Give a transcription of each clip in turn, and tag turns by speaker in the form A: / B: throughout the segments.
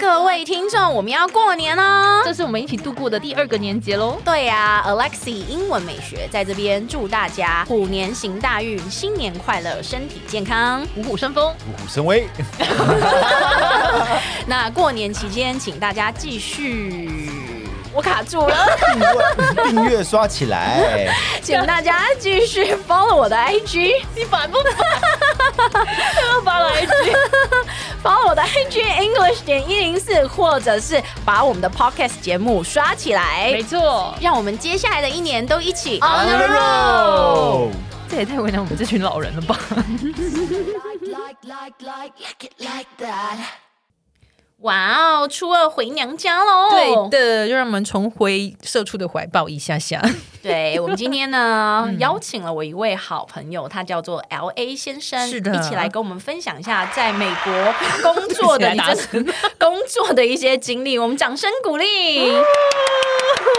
A: 各位听众，我们要过年啦！
B: 这是我们一起度过的第二个年节喽。
A: 对呀、a l e x i 英文美学在这边祝大家虎年行大运，新年快乐，身体健康。
B: 虎虎生风，
C: 虎虎生威，
A: 那过年期间，请大家继续。我卡住了，
C: 订阅订阅刷起来，
A: 请大家继续 follow 我的 IG，
B: 你烦不烦？又发来一句，
A: 把我的 IG English 点一零四，或者是把我们的 Podcast 节目刷起来
B: 哎没，错，
A: 让我们接下来的一年都一起
B: On the road
C: 哦
B: 这也太为难我们这群老人了吧。
A: 哇哦，初二回娘家喽！
B: 对的，就让我们重回社畜的怀抱一下 下。
A: 对我们今天 呢、
B: 嗯
A: 邀请了我一位好朋友，他叫做 L A 先生，
B: 是的
A: 一起来跟我们分享一下在美国工作 的
B: 一
A: 你
B: 起啊来打
A: 真的 工作的一些经历，我们掌声鼓 励。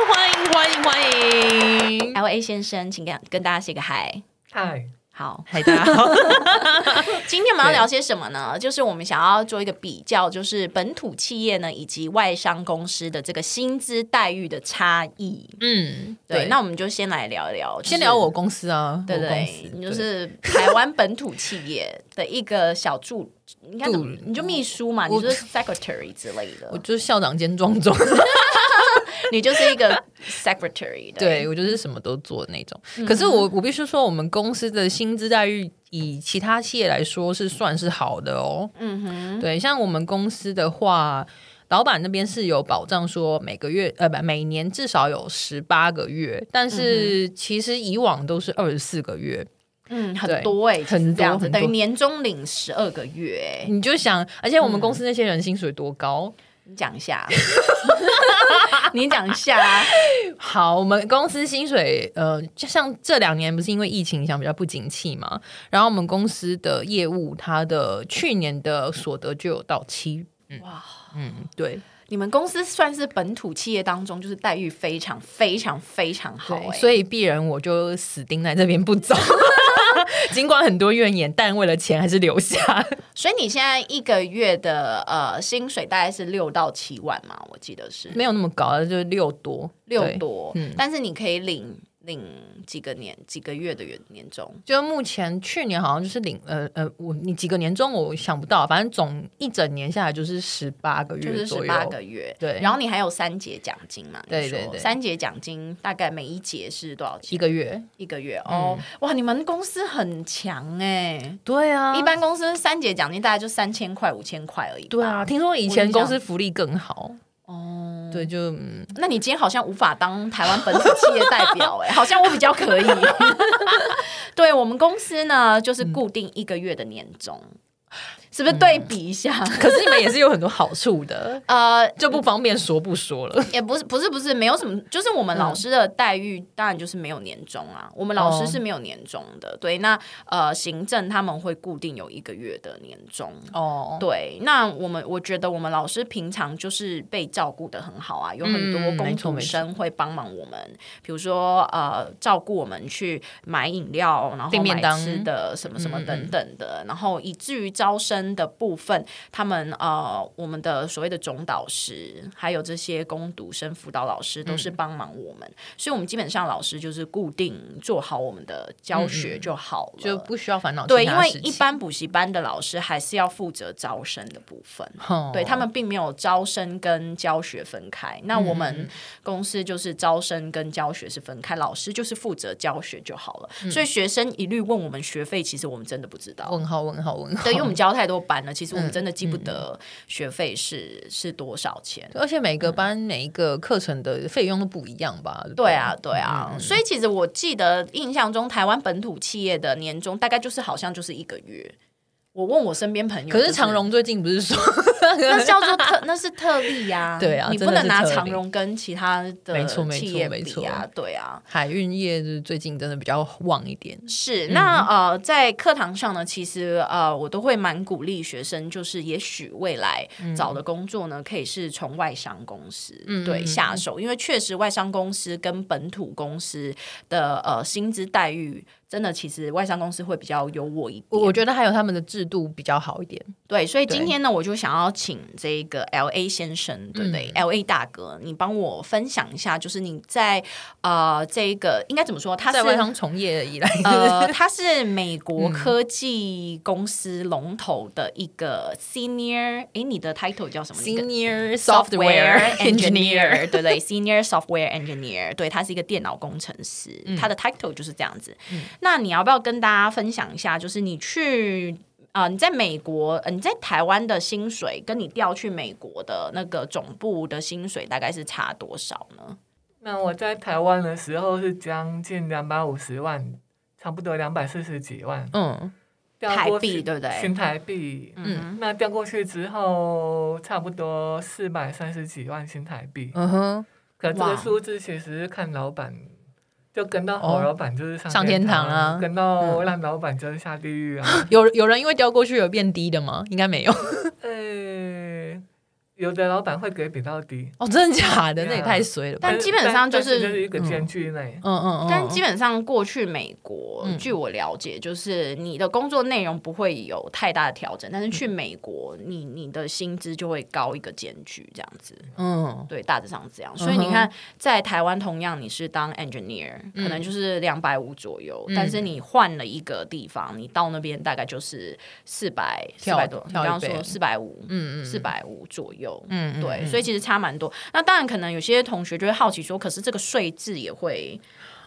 B: 欢迎欢迎欢迎！
A: L A 先生，请跟跟大家 say 个嗨。
B: 嗨
A: 好，
B: 嗨大家好，
A: 今天我们要聊些什么呢？就是我们想要做一个比较，就是本土企业呢以及外商公司的这个薪资待遇的差异。
B: 嗯，
A: 对，那我们就先来聊一聊，就是
B: 先聊我公司啊，
A: 对
B: 我公
A: 对
B: 司，
A: 你就是台湾本土企业的一个小助，你看怎么，你就秘书嘛，你就是 secretary 之类
B: 我
A: 的，
B: 就是校长兼庄总，
A: 你就是一个 secretary 的。
B: 对我就是什么都做的那种。可
A: 嗯
B: 是我我必须说，我们公司的薪资待遇以其他企业来说是算是好的哦。
A: 嗯哼，
B: 对，像我们公司的话，老板那边是有保障，说每个月呃不每年至少有十八个月，但是其实以往都是二十四个月。
A: 嗯，
B: 对
A: 很多哎，
B: 很
A: 其实这样子
B: 多很多
A: 等于年终领十二个月哎，
B: 你就想，而且我们公司那些人薪水多高？
A: 你讲一下，啊 你讲一下，
B: 好，我们公司薪水，呃，就像这两年不是因为疫情影响比较不景气嘛，然后我们公司的业务，它的去年的所得就有到期。
A: 哇。
B: 嗯，对，
A: 你们公司算是本土企业当中，就是待遇非常非常非常好、
B: 对，
A: 哎，
B: 所以必然我就死盯在这边不 走，尽管很多怨言，但为了钱还是留下。
A: 所以你现在一个月的呃薪水大概是六到七万嘛，我记得是
B: 没有那么高，就是六多，
A: 六
B: 对。
A: 多，
B: 嗯
A: 但是你可以领领几个年几个月的年年终，
B: 就目前去年好像就是领呃呃，我你几个年终我想不到，反正总一整年下来就是十八个
A: 就
B: 月
A: 是
B: 左
A: 十
B: 右。
A: 八个月。
B: 对
A: 然后你还有三节奖金嘛？你
B: 对
A: 说
B: 对对
A: 三节奖金大概每一节是多少钱？
B: 一嗯个月，
A: 一个月哦，哇，你们公司很强哎、
B: 对啊
A: 一般公司三节奖金大概就三千块、五千块而已。
B: 对啊，，听说以前公司福利更好，
A: 哦，
B: 对，就嗯
A: 那你今天好像无法当台湾本土企业代表 哎、好像我比较可以。对我们公司呢，就是固定一个月的年终，是不是对比一下？，
B: 嗯可是你们也是有很多好处的
A: 呃，
B: 就不方便说不说了。
A: 也不是，不是，不是，没有什么，就是我们老师的待遇，当然就是没有年终啊。我们老
B: 哦
A: 师是没有年终的，对。那呃，行政他们会固定有一个月的年终，
B: 哦，
A: 对，那我们我觉得我们老师平常就是被照顾的很好啊，有很多
B: 嗯没
A: 工
B: 错
A: 读
B: 没错
A: 生会帮忙我们，比如说呃照顾我们去买饮料，然后
B: 订便
A: 买
B: 当
A: 吃的什么什么等等的，然后以至于招生的部分，他们呃我们的所谓的总导师，还有这些工读生辅导老师都
B: 嗯
A: 是帮忙我们，所以我们基本上老师就是固定做好我们的教
B: 嗯
A: 学就好了，
B: 就不需要烦恼
A: 对，
B: 其
A: 因
B: 他
A: 为
B: 事情。
A: 一般补习班的老师还是要负责招生的部分。
B: 哦
A: 对他们并没有招生跟教学分开，那我们
B: 嗯
A: 公司就是招生跟教学是分开，老师就是负责教学就好了。
B: 嗯
A: 所以学生一律问我们学费，其实我们真的不知道。
B: 问号问号问号
A: 对，因 为我们教太多班了，其实
B: 嗯
A: 我们真的记不得学费是、是多少钱。
B: 而且每个班、每一个课程的费用都不一样吧？对不
A: 对啊，，对
B: 嗯
A: 啊，所以其实我记得印象中，台湾本土企业的年终大概就是好像就是一个月。我问我身边朋友、
B: 可
A: 就是
B: 长荣最近不是说
A: 那叫做特，那是特例呀、
B: 对啊
A: 你不
B: 真的
A: 能
B: 是
A: 拿
B: 特例
A: 长荣跟其他
B: 没
A: 的
B: 错没错
A: 企业
B: 没
A: 比
B: 错
A: 啊，对啊。
B: 海运业就是最近真的比较旺一点？
A: 是，那、呃，在课堂上呢，其实呃，我都会蛮鼓励学生，就是也许未来
B: 嗯
A: 找的工作呢，可以是从外商公司、
B: 嗯
A: 对下手，因为确实外商公司跟本土公司的呃薪资待遇真的其实外商公司会比较优渥一
B: 我我
A: 点。
B: 觉得还有他们的制度比较好一点。
A: 对，所以
B: 对
A: 今天呢，我就想要请这个 L A 先生，对不对、l
B: 嗯
A: A 大哥，你帮我分享一下，就是你在呃这个应该怎么说？他是
B: 在外商嗯从业以 来，
A: 呃，他是美国科技公司龙头的一个 senior，诶，你的 title
B: 呃
A: 叫什么
B: Senior
A: 对对，senior software engineer，对，他是一个电脑工程师，他的 title 就是这样子。那你要不要跟大家分享一下，就是你去啊、呃你在美国，呃，你在台湾的薪水跟你调去美国的那个总部的薪水大概是差多少呢？
D: 那我在台湾的时候是将近两百五十万，差不多两百四十几万，
B: 嗯，
D: 调过去
A: 台币对不对
D: 新台币，嗯，那调过去之后，差不多四百三十几万新台币。
B: 嗯哼，
D: 可这
A: 哇
D: 个数字其实是看老板，就跟到
B: 哦
D: 好老板就是
B: 上
D: 上
B: 天
D: 堂
B: 堂啊
D: 跟
A: 嗯
D: 到烂老板就是下 地狱啊。
B: 有有人因为调过去有变低的吗？应该没有
D: 呃，有的老板会给比较低，
B: 哦，真的假的？
D: 对啊
B: 那也太衰了吧。
A: 但基本上就
D: 但
A: 是
D: 是就是一个间距内。
B: 嗯嗯嗯，
A: 但基本上过去美国，据我了解，就是你的工作内容不会有太大的调整，但是去美国，你你的薪资就会高一个间距，这样子。
B: 嗯
A: 对，大致上是这样。所以你看，在台湾同样你是当 engineer，可
B: 嗯
A: 能就是两百五左右，但是你换了一个地方，你到那边大概就是四百四
B: 跳
A: 百多，你
B: 跳
A: 刚
B: 一
A: 刚
B: 倍
A: 说四百五，
B: 嗯嗯
A: 四百五左右，
B: 嗯嗯
A: 对，
B: 嗯
A: 所以其实差蛮多。那当然，可能有些同学就会好奇说，可是这个税制也会。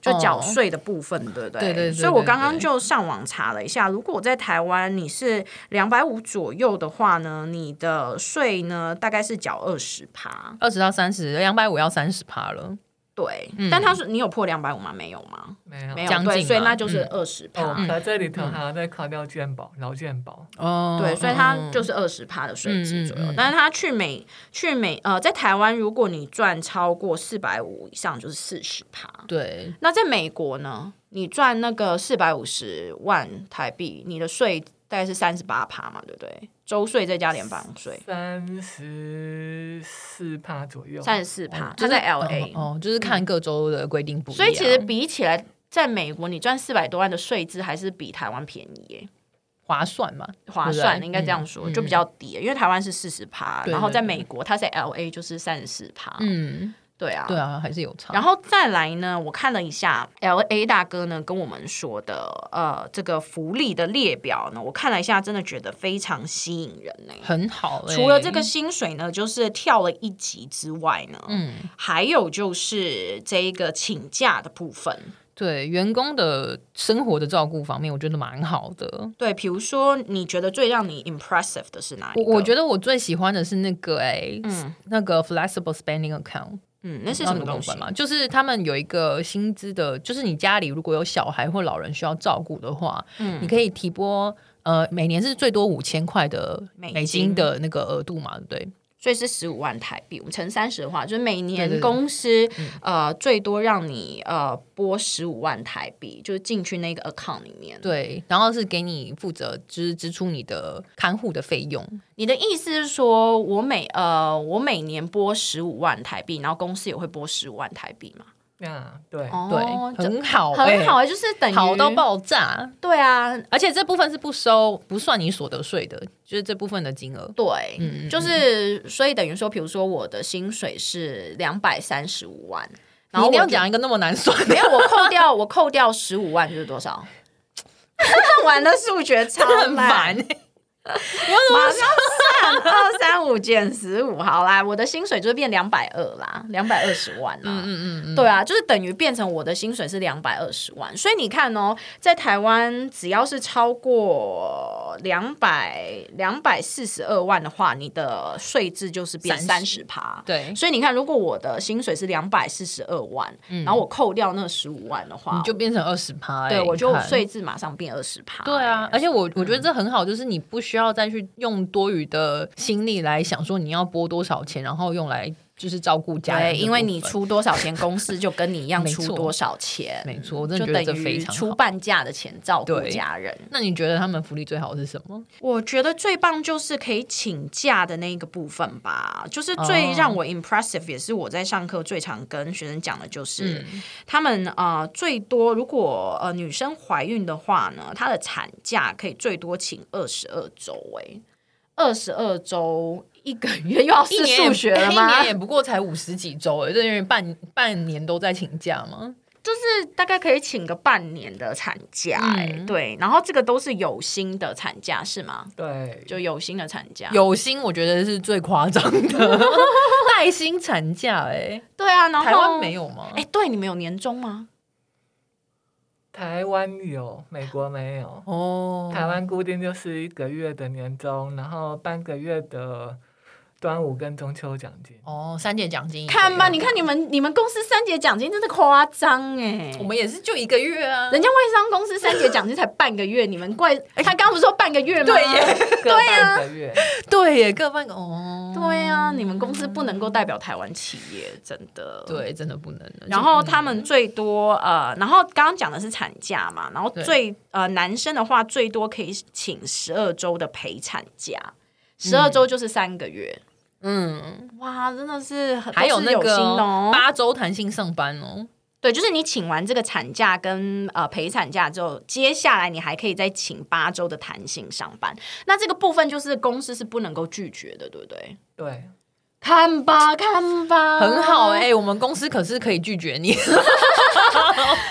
A: 就缴税的部分，对不对？
B: 哦对对对对
A: 所以我刚刚就上网查了一下，如果在台湾你是两百五左右的话呢，你的税呢大概是缴二十趴。
B: 二十到三十，两百五要三十趴了。
A: 对，但他说你有破两百五吗？没有吗？
D: 没有
A: 没有，
B: 嗯将近嗯
A: 对，
B: 嘛
A: 所以那就是二十
D: 哦
A: 趴。，
D: 在这里
A: 嗯
D: 头还要再考掉健保、劳健保。
B: 哦，
A: 对，所以它
B: 嗯
A: 就是二十趴的税制左右。
B: 嗯嗯嗯
A: 但是它去美去美呃，在台湾，如果你赚超过四百五以上，就是四十趴。
B: 对
A: 那在美国呢，你赚那个四百五十万台币，你的税大概是三十八趴嘛，对不对？州税再加联邦税，
D: 三十四帕左右，
A: 三十四趴。
B: 哦就
A: 它
B: 是
A: 在 L A，、嗯
B: 哦，哦就是看各州的规定不一样。
A: 所以其实比起来，在美国你赚四百多万的税制，还是比台湾便宜耶、
B: 划算嘛，
A: 划
B: 对不对
A: 算，应该这样说，
B: 嗯
A: 就比较低，因为台湾是四十趴，
B: 对
A: 然后在
B: 对对
A: 美国它在 L A 就是三十四趴，
B: 嗯，
A: 对啊，
B: 对啊，还是有差。
A: 然后再来呢，我看了一下 L A 大哥呢跟我们说的呃这个福利的列表呢，我看了一下，真的觉得非常吸引人呢、
B: 很好欸，
A: 除了这个薪水呢，就是跳了一级之外呢，
B: 嗯，
A: 还有就是这一个请假的部分。
B: 对员工的生活的照顾方面，我觉得蛮好的。
A: 对，比如说你觉得最让你 impressive 的是哪一
B: 我
A: 个？
B: 我觉
A: 得，
B: 得我最喜欢的是那个哎、
A: 嗯
B: 那个 flexible spending account
A: 嗯，那是
B: 不
A: 什
B: 知道你
A: 么
B: 们
A: 东
B: 懂
A: 西？
B: 吗？就是他们有一个薪资的，就是你家里如果有小孩或老人需要照顾的话，
A: 嗯
B: 你可以提拨呃每年是最多五千块的
A: 美
B: 美
A: 金
B: 金的那个额度嘛，对不对？
A: 所以是十五万台币。我们乘三十的话，就是每
B: 对
A: 年
B: 对对嗯
A: 公司呃最多让你呃拨十五万台币，就是进去那个 account 里面。
B: 对，然后是给你负责支支出你的看护的费用，
A: 你的意思是说，我每呃我每年拨十五万台币，然后公司也会拨十五万台币嘛？
D: 啊，对，
A: 哦，这
B: 对，很好、欸，
A: 很好、欸，就是等于
B: 好到。爆炸。
A: 对啊，
B: 而且这部分是不收不算你所得税的，就是这部分的金额。
A: 对，
B: 嗯
A: 就是所以等于说，比如说我的薪水是两百三十五万，然
B: 你
A: 后
B: 一定要
A: 我就
B: 讲一个那么难算的
A: 没有，我扣掉我扣掉十五万就是多 少？玩的数学超
B: 很
A: 烂
B: 烦、欸。
A: 马上 算二三五减十五，好啦，我的薪水就变两百二啦，两百二十万啦。嗯嗯嗯，对啊，就是等于变成我的薪水是两百二十万。所以你看哦，在台湾只要是超过两百两百四十二万的话，你的税制就是变三十
B: 30
A: 趴。
B: 对
A: 所以你看，如果我的薪水是两百四十二万，然后我扣掉那十五万的话，
B: 你就变成二十趴，欸
A: 对我就
B: 你看
A: 税制马上变二十趴。
B: 对啊，而且我我
A: 嗯
B: 觉得这很好，就是你不需要再去用多余的心力来想说你要拨多少钱，然后用来就是照顾家人
A: 对，
B: 的部分，
A: 因为你出多少钱，公司就跟你一样
B: 没
A: 出
B: 错
A: 多少钱，
B: 没错，我真
A: 就
B: 的觉
A: 等
B: 得这非
A: 于
B: 常
A: 出
B: 好。
A: 半价的钱照顾
B: 对
A: 家人。
B: 那你觉得他们福利最好是什么？
A: 我觉得最棒就是可以请假的那一个部分吧，就是最
B: 哦
A: 让我 impressive，、也是我在上课最常跟学生讲的，就是、
B: 嗯
A: 他们啊、呃最多如果呃女生怀孕的话呢，她的产假可以最多请二十二周，哎，二十二周一个月 又要
B: 一
A: 是
B: 年也
A: 数学了
B: 一
A: 吗
B: 年？也不过才五十几周哎，这因为半半年都在请假吗？
A: 就是大概可以请个半年的产假，哎、
B: 嗯
A: 对，然后这个都是有薪的产假是吗？
D: 对，
A: 就有薪的产假，
B: 有薪我觉得是最夸张的， 带薪产假哎，
A: 对啊，然后
B: 台湾没有吗？
A: 哎、对，你们有年终吗？
D: 台湾有，美国没有。
B: 哦，
D: 台湾固定就是一个月的年终，然后半个月的端午跟中秋奖金。
B: 哦，三节奖金一个
A: 看吧，
B: 月
A: 你看你们你们公司三节奖金真的夸张哎！
B: 我们也是就一个月啊，
A: 人家外商公司三节奖金才半个月，你们 怪他刚刚不是说半个月吗？
B: 哎对耶，
D: 各半个月，
B: 对耶，各半个哦，
A: 对啊，你们公司不能够代表台湾企业，真的。。
B: 对，真的不能。
A: 然后他们最多呃，然后刚刚讲的是产假嘛，然后
B: 对
A: 最呃男生的话最多可以请十二周的陪产假，十二周就是三个月，
B: 嗯，
A: 嗯哇，真的是很
B: 还
A: 都是
B: 那
A: 有
B: 个
A: 薪的哦
B: 八周弹性上班哦，
A: 对，就是你请完这个产假跟呃陪产假之后，接下来你还可以再请八周的弹性上班。那这个部分就是公司是不能够拒绝的，对不对？
D: 对，
A: 看吧，看吧，
B: 很好哎、我们公司可是可以拒绝你。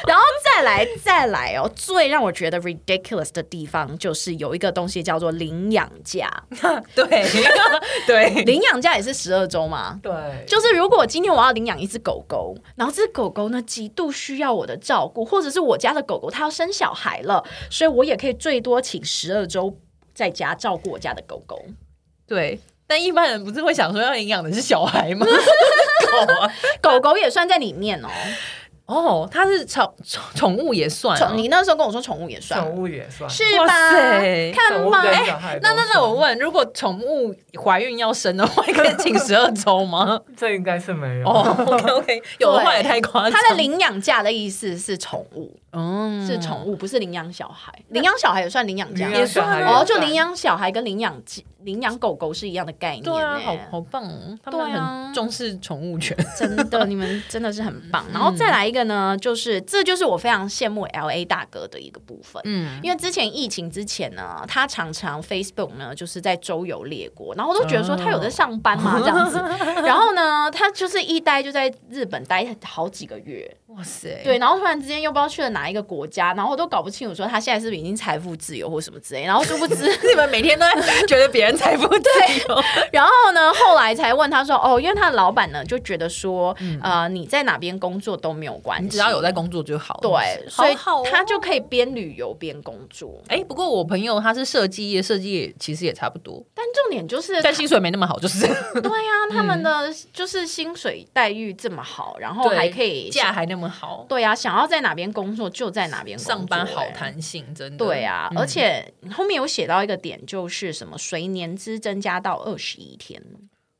A: 然后再来，再来哦，最让我觉得 ridiculous 的地方就是有一个东西叫做领养假，
B: 对 对，
A: 领养假也是十二周嘛，
D: 对，
A: 就是如果今天我要领养一只狗狗，然后这只狗狗呢极度需要我的照顾，或者是我家的狗狗它要生小孩了，所以我也可以最多请十二周在家照顾我家的狗狗。
B: 对，但一般人不是会想说要领养的是小孩吗？
A: 狗狗也算在里面哦。
B: 哦，它是宠宠宠物也算啊、
A: 宠，你那时候跟我说宠物也算，
D: 宠物也算，
A: 是
B: 哇
A: 吧？
B: 塞
A: 看
D: 宠物
A: 吧，
D: 跟
A: 哎
D: 小孩都
B: 那
D: 算。
B: 那那我问，如果宠物怀孕要生的话，可以请十二周吗？
D: 这应该是没有。
B: 哦，OK OK，有的话也太夸张。
A: 它的领养假的意思是宠物，
B: 嗯
A: 是宠物，不是领养小孩。领养小孩也算领养假，
D: 领养小孩也
A: 哦，
D: 算
A: 就领养小孩跟领养鸡领养狗狗是一样的概念欸呢。
B: 对啊，好好棒哦！他们
A: 对啊
B: 很重视宠物权，
A: 真 的，你们真的是很棒。
B: 嗯
A: 然后再来一个呢，就是这就是我非常羡慕 L A 大哥的一个部分。
B: 嗯，
A: 因为之前疫情之前呢，他常常 Facebook 呢就是在周游列国，然后我都觉得说
B: 哦
A: 他有在上班 嘛、这样子，然后呢，他就是一待就在日本待好几个月，
B: 哇塞，
A: 对，然后突然之间又不知道去了哪一个国家，然后我都搞不清楚说他现在是不是已经财富自由或什么之类，然后殊不知
B: 你们每天都在觉得别人财富自由，
A: 然后呢，后来才问他说，哦，因为他的老板呢就觉得说，呃，你在哪边工作都没有关系，
B: 嗯你只要有在工作就好。
A: 对，
B: 好
A: 所以
B: 好哦
A: 他就可以边旅游边工作。
B: 哎，不过我朋友他是设计业，设计业其实也差不多，
A: 但重点就是，
B: 但薪水没那么好，就是
A: 对呀、他们的就是薪水待遇这么好，然后还可以
B: 假还那么好，
A: 对呀、想要在哪边工作就在哪边工作
B: 上班好
A: 哎
B: 弹性，真的。
A: 对啊，
B: 嗯
A: 而且后面有写到一个点，就是什么随年资增加到二十一天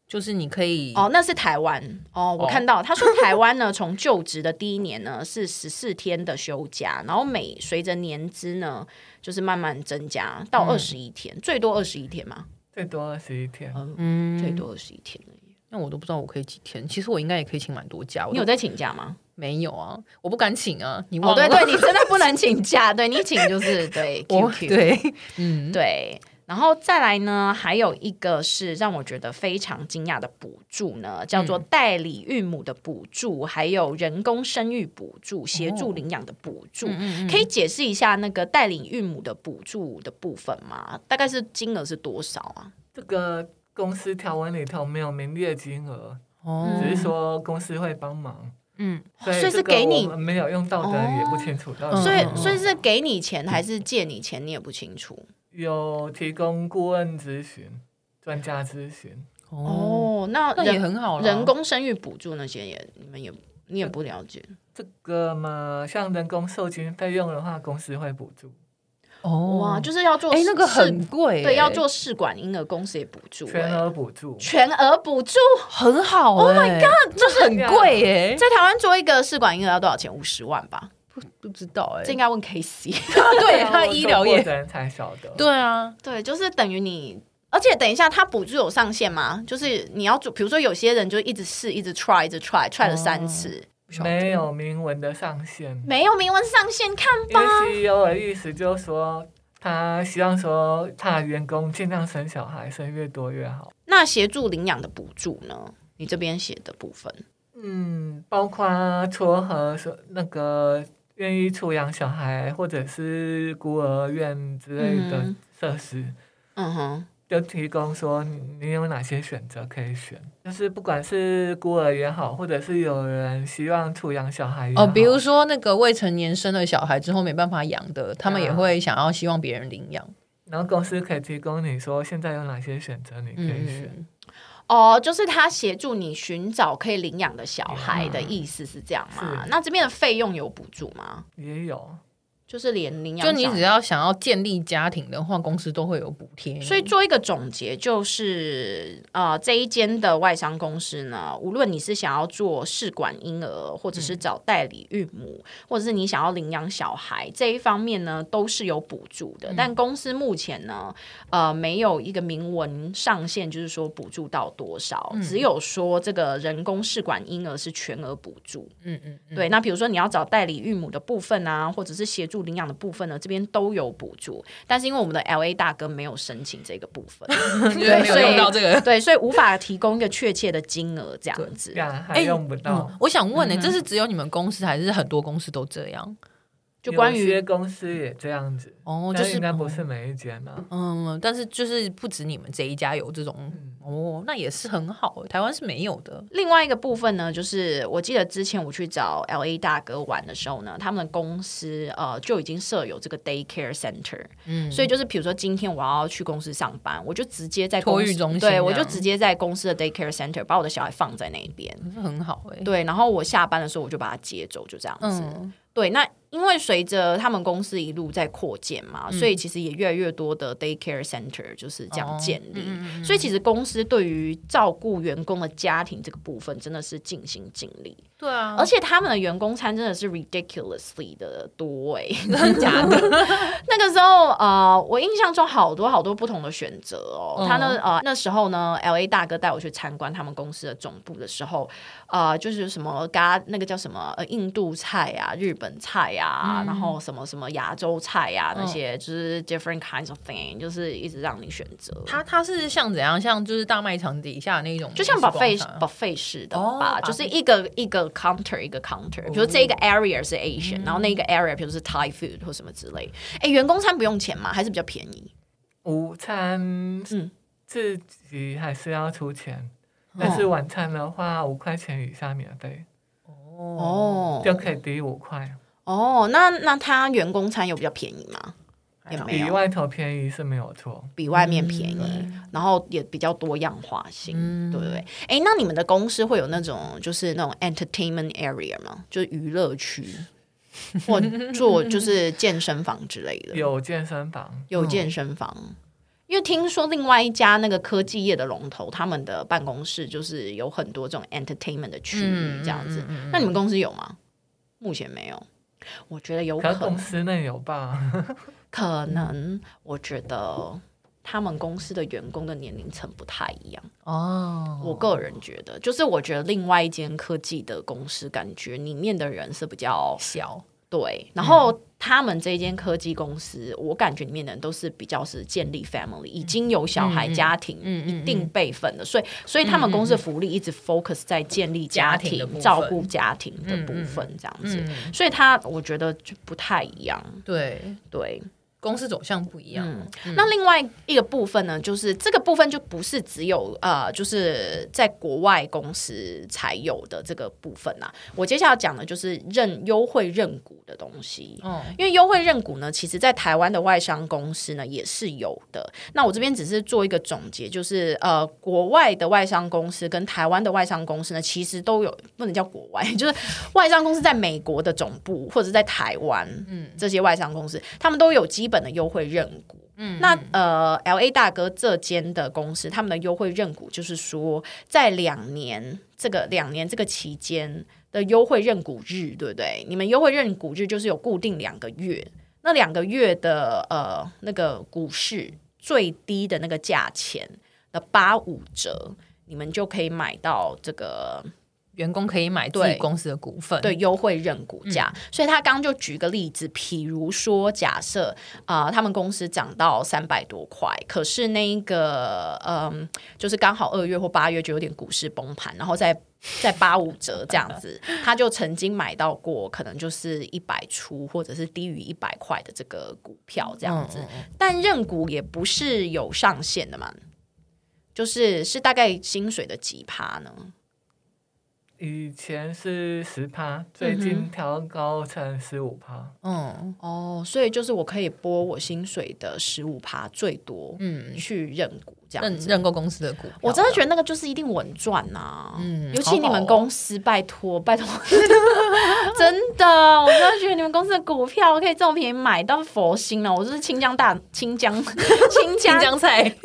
B: 就是你可以
A: 哦，那是台湾嗯哦，我
B: 哦
A: 看到他说台湾呢， 从就职的第一年呢是十四天的休假，然后每随着年资呢，就是慢慢增加到二十一天，最多二十一天嘛，
D: 最多二十一天，
A: 嗯，最多二十一天而已。
B: 那我都不知道我可以几天，其实我应该也可以请蛮多假。我
A: 你
B: 都
A: 有在请假吗？
B: 没有啊？我不敢请啊！你
A: 哦，
B: 忘了？
A: 对对，你真的不能请假， 对你请就是 对
B: 我
A: QQ
B: 对，嗯，
A: 对，然后再来呢，还有一个是让我觉得非常惊讶的补助呢，叫
B: 嗯
A: 做代理孕母的补助，还有人工生育补助、协助领养的补助。
B: 哦嗯
A: 可以解释一下那个代理孕母的补助的部分吗？大概是金额是多少啊？
D: 这个公司条文里头没有明列金额，
B: 哦，
A: 嗯
D: 只是说公司会帮忙，
B: 嗯，
D: 所
A: 哦所以
D: 以
A: 是
D: 这个
A: 给你
D: 我们没有用到的
A: 哦
D: 也不清楚到
B: 嗯
D: 底
A: 所
D: 是
A: 以
D: 什么。
A: 所以是给你钱还是借你钱，你也不清楚。
D: 有提供顾问咨询、专家咨询，
B: 哦，
A: 哦，那
B: 那也
A: 人
B: 很好啦
A: 人工生育补助那些也你们也你也不了解。
D: 这个嘛，像人工受精费用的话，公司会补助。
B: 哦
A: 哇，就是要做
B: 哎、那个
A: 试
B: 很贵、欸
A: 对，要做试管婴儿公司也补助、
D: 全
A: 欸
D: 额补助，
A: 全额补助，
B: 很好、欸。Oh my god，这很贵欸耶、
A: 在台湾做一个试管婴儿要多少钱？五十万吧，
B: 不知道哎、
A: 这应该问 K C。
B: 对他医疗业，
D: 人才晓得。
B: 对啊，
A: 对，就是等于你，而且等一下，他补助有上限吗？就是你要做，比如说有些人就一直试，一直 try，一直 try，try 了三次，
B: 哦
D: 没有明文的上限。
A: 没有明文上限，看
D: 因为
A: 吧。
D: CEO 的意思就是说，他希望说他的员工尽量生小孩，生越多越好。
A: 那协助领养的补助呢？你这边写的部分，
D: 嗯，包括撮合说那个愿意出养小孩，或者是孤儿院之类的
A: 嗯
D: 设施。
A: 嗯哼，
D: 就提供说你你有哪些选择可以选，就是不管是孤儿也好，或者是有人希望出养小孩也好
B: 哦，比如说那个未成年生了小孩之后没办法养的，他
A: 嗯
B: 们也会想要希望别人领养。
D: 然后公司可以提供你说现在有哪些选择你可以选，
B: 嗯，
A: 哦，就是他协助你寻找可以领养的
B: 嗯
A: 小孩的意思是这样吗？
D: 是
A: 那这边的费用有补助吗？
D: 也有
A: 就是连领养
B: 就
A: 小孩，
B: 你只要想要建立家庭的话，公司都会有补贴。
A: 所以做一个总结，就是呃，这一间的外商公司呢，无论你是想要做试管婴儿，或者
B: 嗯
A: 是找代理孕母，或者是你想要领养小孩这一方面呢，都是有补助
B: 嗯
A: 的。但公司目前呢，呃，没有一个明文上限，就是说补助到多少，
B: 嗯
A: 只有说这个人工试管婴儿是全额补助。
B: 嗯嗯嗯，
A: 对，那比如说你要找代理孕母的部分啊，或者是协助领养的部分呢，这边都有补助，但是因为我们的 L A 大哥没有申请这个部 分，
B: 就是没有用到这个。
A: 对，所以无法提供一个确切的金额这样子
D: 这。样还用不到。
B: 嗯我想问呢、这是只有你们公司，还是很多公司都这样？
A: 就关
D: 有些
A: 于
D: 公司也这样子，
B: 哦，就
D: 但
B: 是
D: 应该不是每一间啊。
B: 嗯，但是就是不止你们这一家有这种
A: 嗯
B: 哦，那也是很好，台湾是没有的。
A: 另外一个部分呢，就是我记得之前我去找 L A 大哥玩的时候呢，他们公司呃就已经设有这个 daycare center，
B: 嗯，
A: 所以就是比如说今天我要去公司上班，我就直接在
B: 托
A: 公
B: 育
A: 司
B: 中心这
A: 对
B: 样
A: 我就直接在公司的 daycare center 把我的小孩放在那边。
B: 是很好哎、
A: 对，然后我下班的时候我就把他接走，就这样子。
B: 嗯，
A: 对，那因为随着他们公司一路在扩建嘛，所以其实也越来越多的 daycare center 就是这样建立。所以其实公司对于照顾员工的家庭这个部分，真的是尽心尽力。
B: 对啊
A: 而且他们的员工餐真的是 ridiculously 的多哎、 真的假的？那个时候呃，我印象中好多好多不同的选择哦。
B: 嗯
A: 他呢呃那时候呢，L A 大哥带我去参观他们公司的总部的时候，呃，就是什么咖那个叫什么呃印度菜啊、日本菜
B: 嗯
A: 啊，然后什么什么亚洲菜啊那些，就是 different kinds of thing，就是一直让你选择。
B: 它它是像怎样，像就是大卖场底下那种，
A: 就像
B: 把
A: buffet buffet 式的
B: 哦
A: 吧，
B: buffet
A: 就是一个一个 counter 一个 counter，比如这一个 area 是 Asian，、然后那个 area 比如是 Thai food 或什么之类。哎，员工餐不用钱吗？还是比较便宜？
D: 午餐
A: 嗯
D: 自己还是要出钱，但是晚餐的话五块钱以下免费，
A: 哦
D: 就可以抵五块，
A: 哦，那那他员工餐有比较便宜吗？也没
D: 比
A: 有，
D: 外头便宜是没有错。
A: 比外面便宜，然后也比较多样化性，对不对？哎，那你们的公司会有那种就是那种 entertainment area 吗？就是娱乐区，或做就是健身房之类的？
D: 有健身房，
A: 有健身房。因为听说另外一家那个科技业的龙头，他们的办公室就是有很多这种 entertainment 的区域这样子。
D: 嗯
A: 那你们公司有吗？目前没有，我觉得有可
D: 可是公
A: 能，
D: 司内有吧？
A: 可能我觉得他们公司的员工的年龄层不太一样。
B: 哦，
A: 我个人觉得，就是我觉得另外一间科技的公司，感觉里面的人是比较
B: 小
A: 对，
B: 嗯
A: 然后他们这一间科技公司，我感觉里面的人都是比较是建立 family，已经有小孩、家庭、
B: 嗯
A: 一定辈分的，所以所以他们公司的福利一直 focus 在建立家庭、
B: 家庭的部分嗯
A: 照顾家庭的部分这样子，所以他我觉得就不太一样。
B: 对
A: 对，
B: 公司走向不一样，
A: 那另外一个部分呢，就是这个部分就不是只有呃，就是在国外公司才有的这个部分啦、我接下来讲的就是认优惠认股的东西。
B: 哦
A: 因为优惠认股呢，其实在台湾的外商公司呢也是有的。那我这边只是做一个总结，就是呃，国外的外商公司跟台湾的外商公司呢，其实都有不能叫国外， 就是外商公司在美国的总部或者在台湾，嗯，这些外商公司他们都有基本的优惠认股。
B: 嗯
A: 那呃，L A 大哥这间的公司，他们的优惠认股就是说，在两年这个两年这个期间的优惠认股日，对不对？你们优惠认股日就是有固定两个月，那两个月的呃那个股市最低的那个价钱的八五折，你们就可以买到这个
B: 员工可以买自己
A: 对
B: 公司的股份，
A: 对，优惠认股价。所以他刚就举个例子，比如说假设啊、呃他们公司涨到三百多块，可是那一个嗯，就是刚好二月或八月就有点股市崩盘，然后再。再八五折这样子，他就曾经买到过，可能就是一百出或者是低于一百块的这个股票这样子。但认股也不是有上限的嘛，就是是大概薪水的几趴呢？
D: 以前是十
A: 嗯
D: 趴，最近调高成十五趴。
B: 嗯
A: 哦，所以就是我可以拨我薪水的十五趴最多，
B: 嗯，
A: 去认股这样
B: 认
A: 子。
B: 认购公司的股票，
A: 我真的觉得那个就是一定稳赚呐、
B: 嗯
A: 尤其你们公司，拜托拜托， 真的，我真的觉得你们公司的股票可以这么便宜买到佛心啊了，我就是倾江大倾江 倾
B: 新
A: 江
B: 疆菜，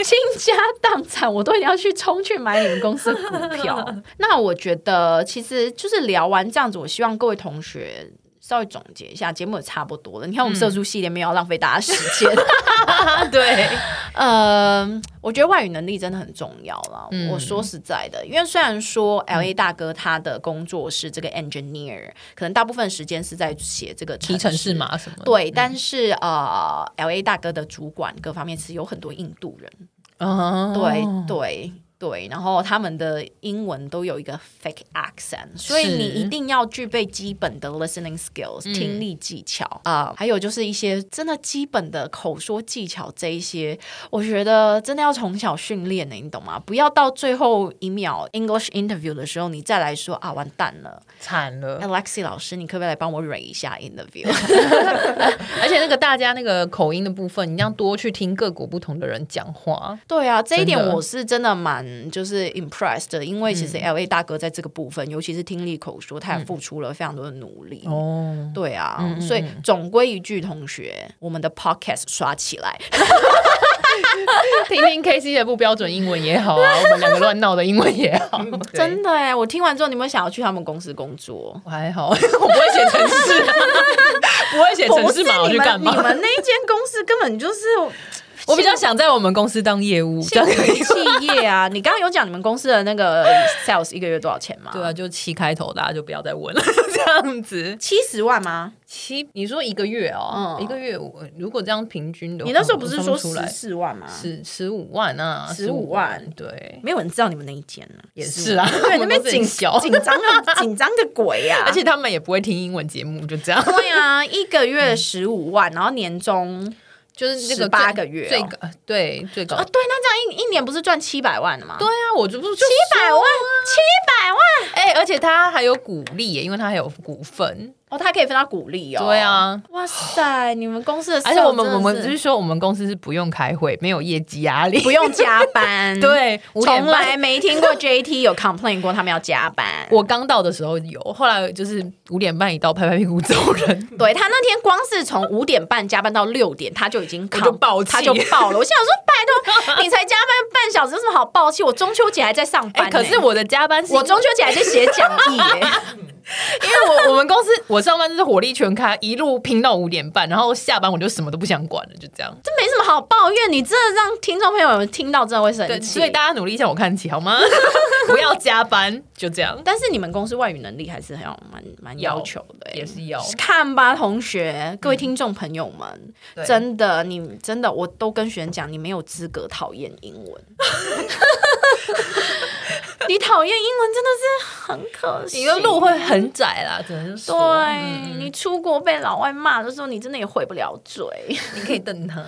B: 嗯 对，
A: 嗯，我觉得外语能力真的很重要啦。
B: 嗯
A: 我说实在的，因为虽然说 L A 大哥他的工作是这个 engineer，、可能大部分时间是在写这个
B: 提城市码什么的，
A: 对，但是呃，L A 大哥的主管各方面是有很多印度人。
B: 哦，
A: 对对对，然后他们的英文都有一个 fake accent，所以
B: 是
A: 你一定要具备基本的 listening skills、
B: 嗯
A: 听力技巧啊、还有就是一些真的基本的口说技巧这一些，我觉得真的要从小训练呢，你懂吗？不要到最后一秒 English interview 的时候，你再来说啊，完蛋了
B: 惨了，
A: ，Alexi 老师，你可不可以来帮我蕊一下 interview？
B: 而且那个大家那个口音的部分，你要多去听各国不同的人讲话。
A: 对啊，这一点
B: 真的
A: 我是真的蛮就是 impressed 的，因为其
B: 嗯
A: 实 L A 大哥在这个部分，尤其是听力口说，他也付出了非常多的努力。
B: 哦，嗯
A: 对啊，所以总归一句，同学，我们的 podcast 刷起来，
B: 听听 K C 的不标准英文也好啊，我们两个乱闹的英文也好，
A: 真的哎！我听完之后，你有没有想要去他们公司工作？
B: 我还好，我不 会写程式、啊，不会写程
A: 不
B: 式
A: 是
B: 码，我
A: 你
B: 去干
A: 们你
B: 嘛？
A: 们那一间公司根本就是
B: 我比较想在我们公司当业务，
A: 幸
B: 这样
A: 福企业啊！你刚刚有讲你们公司的那个 sales 一个月多少钱吗？
B: 对啊，，就七开头，大家就不要再问了， 这样子。
A: 七十万吗？
B: 七，你说一个月哦，
A: 嗯
B: 一个月我如果这样平均的话，
A: 你那时候不是
B: 我
A: 说
B: 算出
A: 十
B: 来
A: 四万吗？
B: 十十五万啊，
A: 15万啊
B: 对，
A: 没有人知道你们那一间呢、也
B: 是啊
A: 对，那边紧
B: 小
A: 紧张个紧张个鬼啊呀、
B: 而且他们也不会听英文节目，就 这样。
A: 对啊，一个月十五万，然后年终
B: 就是那个
A: 18
B: 最
A: 个月哦
B: 最高，呃对最高。
A: 啊，对，那这样一一年不是赚七百万了吗？
B: 对，啊，我就不七
A: 七百万，七百万
B: 哎，而且他还有鼓励耶，因为他还有股份。
A: 哦，他可以分到股利哦。
B: 对，啊，
A: 哇塞，你们公司的 sales 真
B: 而且
A: 的是，
B: 我们我们就是说，我们公司是不用开会，没有业绩压力。
A: 不用加 班，，
B: 对，五点
A: 从
B: 半
A: 来没听过 JT 有 complain 过他们要加班。
B: 我刚到的时候有，后来就是五点半一到，拍拍屁股走人。
A: 对他那天光是从五点半加班到六点，他就已经
B: 我就爆气
A: 他就爆了。我心想说，拜 托，你才加班 半小时，有什么好爆气？我中秋节还在上
B: 哎、
A: 班呢、
B: 可是我的加班是
A: 欸我中秋节还在写讲义、 耶
B: 因为我我们公司我上班就是火力全开，一路拼到五点半，然后下班我就什么都不想管了，就这样。
A: 这没什么好抱怨。你真的让听众朋友们听到，真的会生
B: 对，
A: 气。
B: 所以大家努力向我看齐好吗？ 不要加班，就这样。
A: 但是你们公司外语能力还是很有蛮蛮要求的、
B: 也
A: 耶。
B: 是要
A: 看吧，同学，各位听众朋友们，
B: 对
A: 真的，你真的，我都跟学员讲，你没有资格讨厌英 文。 你讨厌英文真的是很可惜，
B: 你的路会很窄啦，只能
A: 对、
B: 说
A: 你出国被老外骂的时候，你真的也回不了嘴。
B: 你可以瞪他，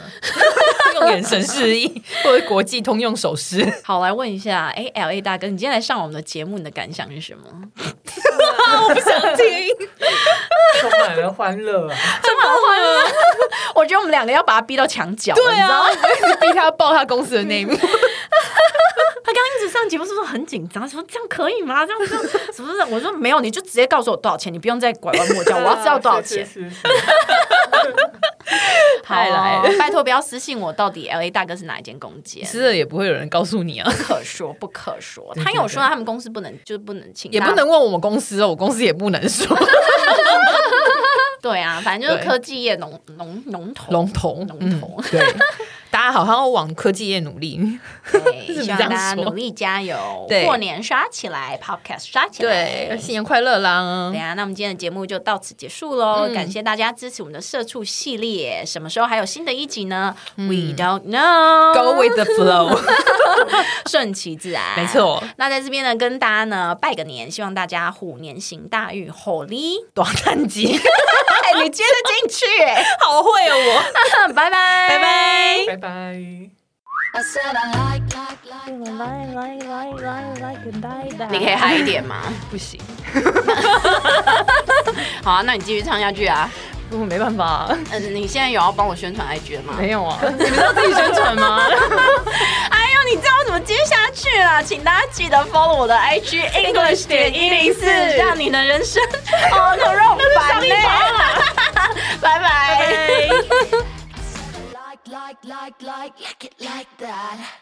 B: 用眼神示 意，或者国际通用手势。
A: 好，来问一下，哎，L A 大哥，你今天来上我们的节目，你的感想是什么？
B: 我不想听，
D: 充满了欢乐啊！
A: 真好欢乐，我觉得我们两个要把他逼到墙角了，
B: 对
A: 你知道
B: 啊
A: 吗？，
B: 逼他报他公司的 name。
A: 他刚刚一直上节目是不是很紧张？说这样可以吗？这样这样什么？我说 没有，你就直接告诉我多少钱，你不用再拐弯抹角，我要知道多少钱。
D: 是是是是
B: 太来
A: 好哦拜托不要私信我，到底 L A 大哥是哪一间公司？
B: 吃了也不会有人告诉你啊，
A: 不可说，不可说。
D: 对
A: 他有说他们公司不能，就是不能请，
B: 也不。能问我们公司哦，我公司也不能说
A: 对啊，反正就是
B: 对
A: 科技业龙龙龙头
B: 龙头
A: 龙头
B: 嗯。对，大家好好往科技业努力。
A: 对，
B: 是
A: 希
B: 这
A: 望
B: 样
A: 大家
B: 说
A: 努力加油，
B: 对嗯
A: 过年刷起来，Podcast 刷起来。
B: 对，新啊年快乐啦
A: 对！呀、那我们今天的节目就到此结束喽，
B: 嗯
A: 感谢大家支持我们的社畜系列，什么时候还有新的一集呢、w e don't know。
B: 嗯 Go with the flow，
A: 顺其自然，
B: 没错。
A: 那在这边呢，跟大家呢拜个年，希望大家虎年行大运，虎力！
B: 短暂 集，
A: 哎，你接得进 去，
B: 好会哦 我。
A: 拜拜，拜拜。
D: 拜拜。
E: I said I like, like, like, like.
F: Like, like, like, like, like a die die.
A: 你可以嗨一点吗？
B: 不行，
A: 好啊，那你继续唱下去啊。
B: 我没办法，
A: 嗯，你现在有要帮我宣传 IG 的吗？
B: 没有 啊，你们要自己宣传吗？
A: 哎呦，你知道我怎么接下去了？请大家记得 follow 我的 IG English 点一零四，让你的人生哦，那让我烦呢。 拜拜。
E: like, like, like, like, like it like that.